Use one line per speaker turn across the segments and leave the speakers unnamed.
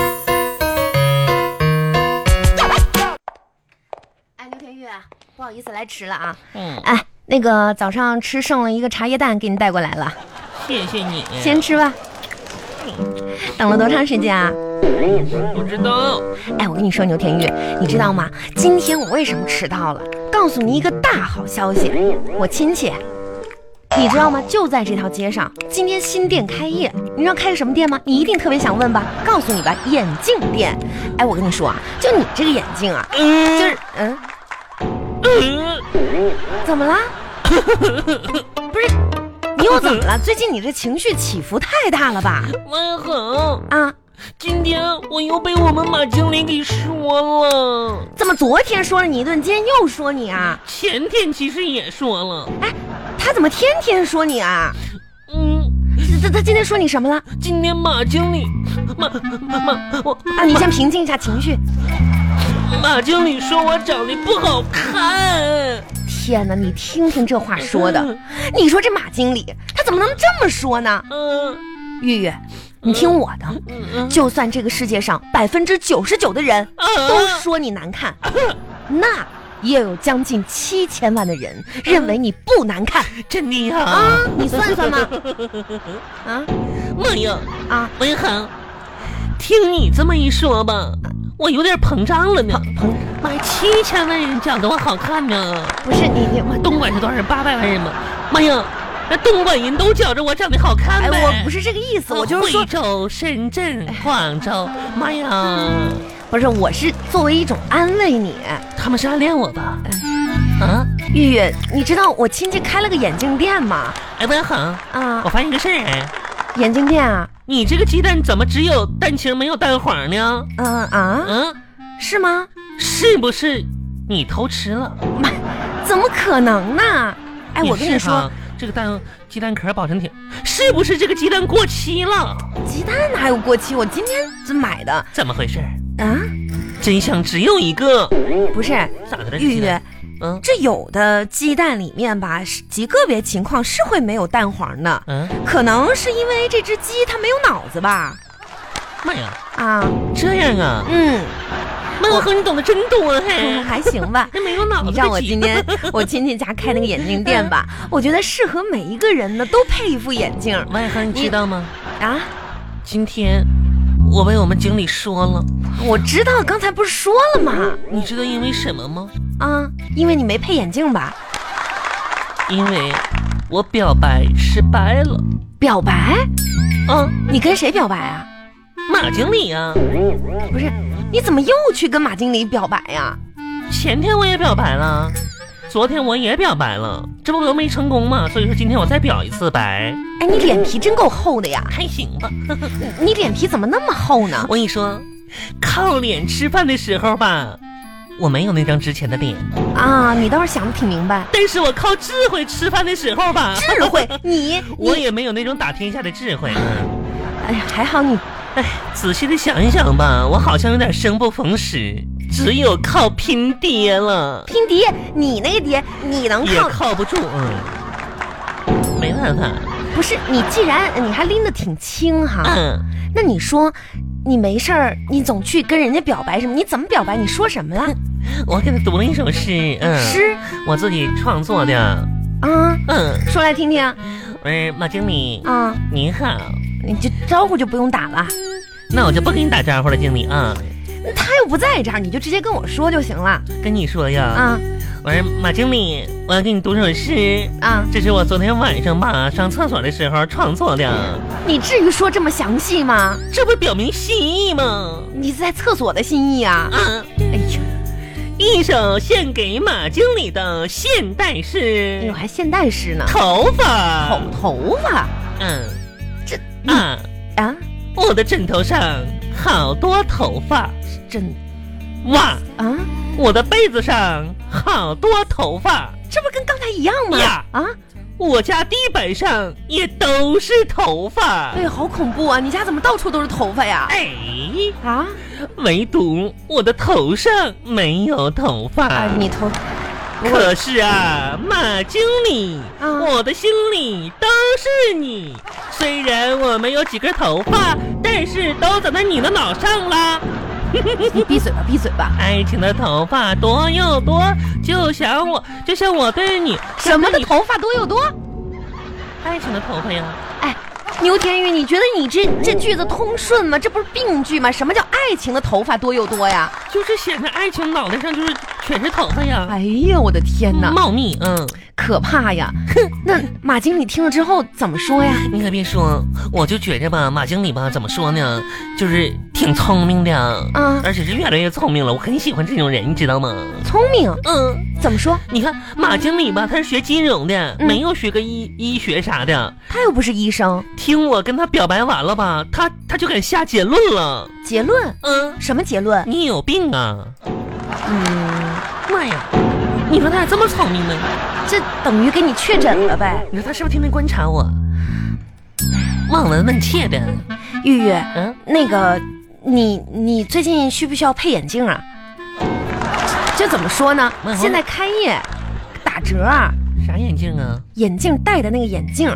啊来迟了啊！
嗯，
哎，那个早上吃剩了一个茶叶蛋，给你带过来了，
谢谢你。
先吃吧。等了多长时间啊？
不知道，
哎，我跟你说，牛天玉，你知道吗？今天我为什么迟到了？告诉你一个大好消息，我亲戚，你知道吗？就在这条街上，今天新店开业。你知道开什么店吗？你一定特别想问吧？告诉你吧，眼镜店。哎，我跟你说啊，就你这个眼镜啊，就是嗯，怎 么啦？不是，你又怎么了？最近你这情绪起伏太大了吧？
万恒，
啊，
今天我又被我们马经理给说了，
怎么昨天说了你一顿，今天又说你啊？
前天其实也说了，
哎，他怎么天天说你啊？
嗯，
他他今天说你什么了？
今天马经理，马马马，我
啊，你先平静一下情绪。
马经理说我长得不好看，
天哪，你听听这话说的，你说这马经理他怎么能这么说呢？
嗯
玉玉，你听我的，
嗯嗯，
就算这个世界上百分之九十九的人都
啊
说你难看，那也有将近七千万的人认为你不难看
真的呀、
啊！你算 算嘛，啊
妈呀，
啊，
文恒，听你这么一说吧，我有点膨胀了呢。
彭
妈，七千万人长得我好看呢。
不是你你我
东莞是多少人？八百万人吗？妈呀，那东莞人都觉着我长得好看
哎，
呗。
我不是这个意思，
呃，
我就是说哎
惠州、深圳、广州，妈呀，
不是，我是作为一种安慰你。
他们是暗恋我吧？
嗯
啊，
玉玉，你知道我亲戚开了个眼镜店吗？
哎，文恒，
啊
我，发现一个事儿，哎，
眼镜店啊，
你这个鸡蛋怎么只有蛋清没有蛋黄呢？
嗯啊，
嗯，
是吗？
是不是你偷吃了？
怎么可能呢？哎，我跟
也
你
是哈
说，，
这个蛋鸡蛋壳保存挺，是不是这个鸡蛋过期了？
鸡蛋哪有过期？我今天这买的
怎么回事？
啊，
真相只有一个，
不是。
咋的了？
玉
这鸡
玉
蛋，嗯
这有的鸡蛋里面吧，是极个别情况是会没有蛋黄的，
嗯，
可能是因为这只鸡它没有脑子吧？
妈呀，
啊，
这样啊？
嗯，
妈呀，哥，你懂得真多嘿，
还行吧。
那没有嗯 脑子
嗯你
的
让我
鸡
今天我亲戚家开那个眼镜店 吧，我觉得适合每一个人呢，都配一副眼镜儿
万恒，你知道吗？
啊。
今天我被我们经理说了，
我知道，刚才不是说了吗？
你知道因为什么吗？
啊，因为你没配眼镜吧？
因为我表白失败了。
表白？
啊，
你跟谁表白啊？
马经理啊，
不是，你怎么又去跟马经理表白呀、
前天我也表白了，昨天我也表白了，这不都没成功吗？所以说今天我再表一次白，
哎，你脸皮真够厚的呀！
还行吧。
你你脸皮怎么那么厚呢？
我跟你说，靠脸吃饭的时候吧，我没有那张值钱的脸，
啊，你倒是想的挺明 白，
但是我靠智慧吃饭的时候吧，
智慧，你
我
你，
也没有那种打天下的智慧。
哎呀，还好你
哎，仔细的想一想吧，我好像有点生不逢时，只有靠拼爹了，
拼爹，你那个爹，你能
也
靠
靠不住，嗯，没办法，
不是你，既然你还拎得挺轻哈，
嗯。
那你说你没事儿，你总去跟人家表白什么？你怎么表白？你说什么了？
我给他读了一首诗，嗯，
诗
我自己创作的，
啊，
嗯，
说来听听
喂，马经理，
啊，
你好，
你就招呼就不用打了，
那我就不跟你打招呼了，经理啊，
他又不在这儿，你就直接跟我说就行了
跟你说呀，
啊
我说马经理，我要给你读首诗，
啊！
这是我昨天晚上吧上厕所的时候创作的，
你至于说这么详细吗？
这不表明心意吗？
你在厕所的心意啊！
啊，
哎呀，
一首献给马经理的现
哎
代
呦，
诗，
还现代诗呢，
头发
头，头发
嗯，
这
啊，
啊，
我的枕头上好多头发，
真
哇。
啊，
我的被子上好多头发，
这不是跟刚才一样吗
呀？
啊，
我家地板上也都是头发
哎。呀，好恐怖啊！你家怎么到处都是头发呀？
哎，
啊！
唯独我的头上没有头发
啊，。你头，不过
可是啊，马经理，
啊
我的心里都是你。虽然我没有几根头发，但是都长在你的脑上啦。
你闭嘴吧，闭嘴吧！
爱情的头发多又多，就像我，就像我对你
什么的
想对你
头发多又多？
爱情的头发呀？
哎，牛天宇，你觉得你这这句子通顺吗？这不是病句吗？什么叫爱情的头发多又多呀？
就是显得爱情脑袋上就是全是头发呀，
哎呀，我的天哪，
茂密。嗯，
可怕呀！那马经理听了之后怎么说呀？
你可别说，我就觉着吧，马经理吧，怎么说呢，就是挺聪明的，
啊
而且是越来越聪明了。我很喜欢这种人，你知道吗？
聪明
嗯。
怎么说？
你看马经理吧，他是学金融的，
嗯
没有学个医医学啥的。
他又不是医生。
听我跟他表白完了吧，他他就敢下结论了。
结论
嗯，
什么结论？
你有病啊！
嗯，
妈呀，你说他咋这么聪明呢？
这等于给你确诊了呗。
你说他是不是天天观察我，望闻问切的？
玉玉，
嗯，
那个，你你最近需不需要配眼镜啊？这怎么说呢
那？好
现在开业打折啊，
啥眼镜啊？
眼镜戴的那个眼镜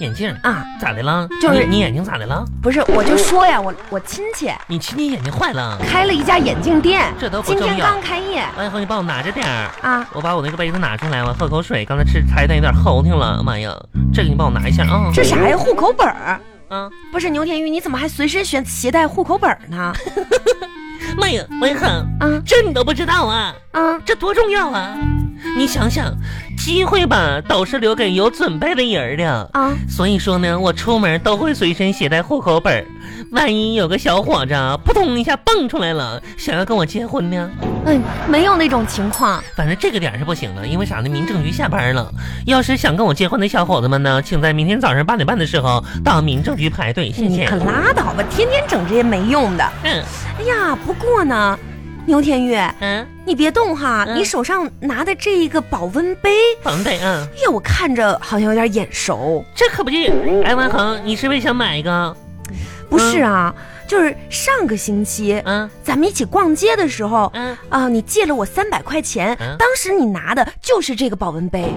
眼镜
啊，
咋的了？
就是
你你眼睛咋的了？
不是，我就说呀，我我亲戚
你亲戚眼睛坏了？
开了一家眼镜店，
这都不
今
重要
天刚开业
王以后你帮我拿着点儿。
啊。
我把我那个杯子拿出来，我喝口水。刚才吃茶叶蛋有点齁挺了，妈呀！这个你帮我拿一下啊。
这啥呀？户口本儿？
啊，
不是牛田玉，你怎么还随身携携带户口本儿呢？
妈呀，文恒，
啊
这你都不知道啊？
啊，
这多重要啊！你想想，机会吧，都是留给有准备的人儿的。
啊
所以说呢，我出门都会随身携带户口本儿，万一有个小伙子扑通一下蹦出来了，想要跟我结婚呢，
嗯，没有那种情况。
反正这个点儿是不行的，因为啥呢？民政局下班了。要是想跟我结婚的小伙子们呢，请在明天早上八点半的时候到民政局排队，谢
你
谢
可。嗯拉倒吧，天天整这些没用的。
嗯
哎呀，不过呢，牛田玉，
嗯，
你别动哈，
嗯
你手上拿的这一个保温杯，
甭对嗯。
哎呀，我看着好像有点眼熟。
这可不就……哎，文恒，你是不是想买一个？
不是啊，就是上个星期
嗯
咱们一起逛街的时候，
嗯，
啊、你借了我三百块钱，
嗯
当时你拿的就是这个保温杯，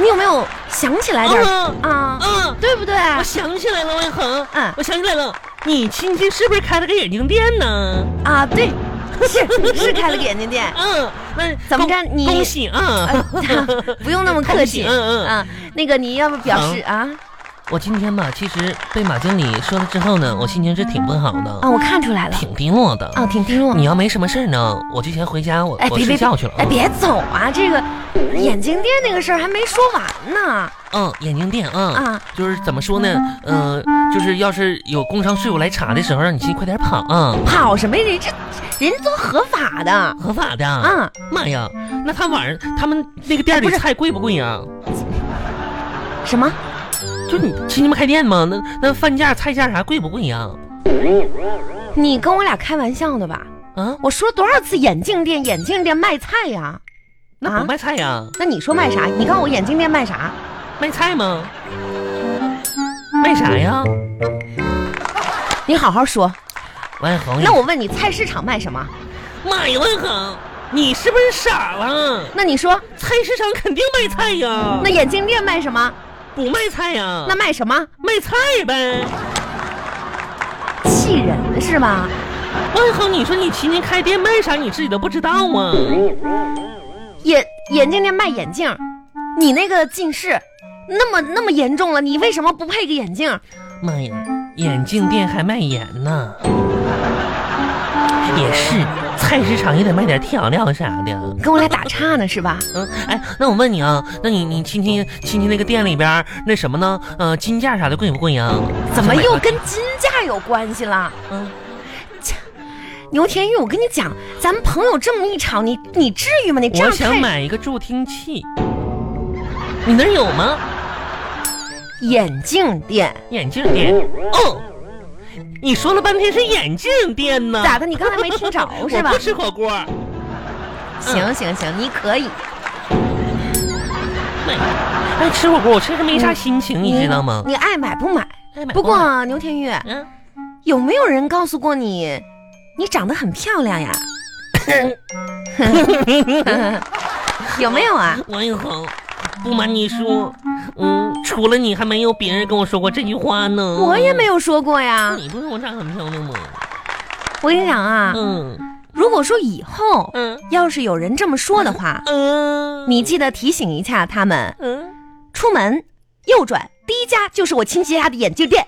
你有没有想起来点儿
嗯
啊？
嗯，
对不对？
我想起来了，文恒，
嗯
我想起来了，你亲戚是不是开了个眼镜店呢？
啊，对，是是开了个眼镜店。
嗯，那
怎么
恭
着你
恭喜啊！
呃不用那么客气，
恭喜嗯嗯嗯
啊，那个你要不表示啊
我今天吧，其实被马经理说了之后
嗯
呢，我心情是挺不好的，
啊，我看出来了
挺低落的。
啊，挺低落。
你要没什么事儿呢，我就先回家，我
哎，
我
别
哦
别
睡觉去了。
哎，别走啊！这个眼镜店那个事儿还没说完呢
嗯，眼镜店，嗯，
啊！
就是怎么说呢，嗯，就是要是有工商税务来查的时候，让你去快点跑啊，
跑什么呀？人这人都合法的
合法的。
啊！
妈呀，那他晚上他们那个店
哎不
里
是
菜贵不贵呀、
什么？
就你亲戚们开店嘛，那那饭价、菜价啥贵不贵呀、
你跟我俩开玩笑呢吧？
啊？
我说多少次眼镜店，眼镜店卖菜呀？啊
那不卖菜呀、
那你说卖啥？你告诉我眼镜店卖啥？
卖菜吗？卖啥呀？
你好好说。
万恒，
那我问你，菜市场卖什么？
妈呀，万恒，你是不是傻了？
那你说，
菜市场肯定卖菜呀，
那眼镜店卖什么？
不卖菜呀？
那卖什么？
卖菜呗。
气人是吧？
万恒，你说你亲戚开店卖啥，你自己都不知道啊？
眼眼镜店卖眼镜，你那个近视那么那么严重了，你为什么不配个眼镜？
妈呀，眼镜店还卖盐呢？也是，菜市场也得卖点调料啥的。
跟我俩打岔呢是 吧？
嗯，哎，那我问你啊，那你你亲戚亲戚那个店里边儿那什么呢？呃，金价啥的贵不贵呀、
怎么又跟金价有关系了？
嗯
牛田玉，我跟你讲，咱们朋友这么一吵，你你至于吗？你这
我
样
想
太
买一个助听器，你那儿有吗？
眼镜店
眼镜店哦，你说了半天是眼镜店呢，
咋的？你刚才没听着是吧
嗯 我不？嗯吃火锅。
行行行，你可以。
那哎，吃火锅我确实
嗯
没啥心情，你知道吗？
你爱买不买？
哎买
不
过吗
过牛田玉，
嗯，
有没有人告诉过你，你长得很漂亮呀？有没有啊？
王一恒，不瞒你说，嗯，除了你还没有别人跟我说过这句话呢。
我也没有说过呀。
你不是我长得很漂亮吗？
我跟你讲啊，
嗯
如果说以后
嗯
要是有人这么说的话，
嗯，
你记得提醒一下他们，
嗯
出门右转第一家就是我亲戚家的眼镜店。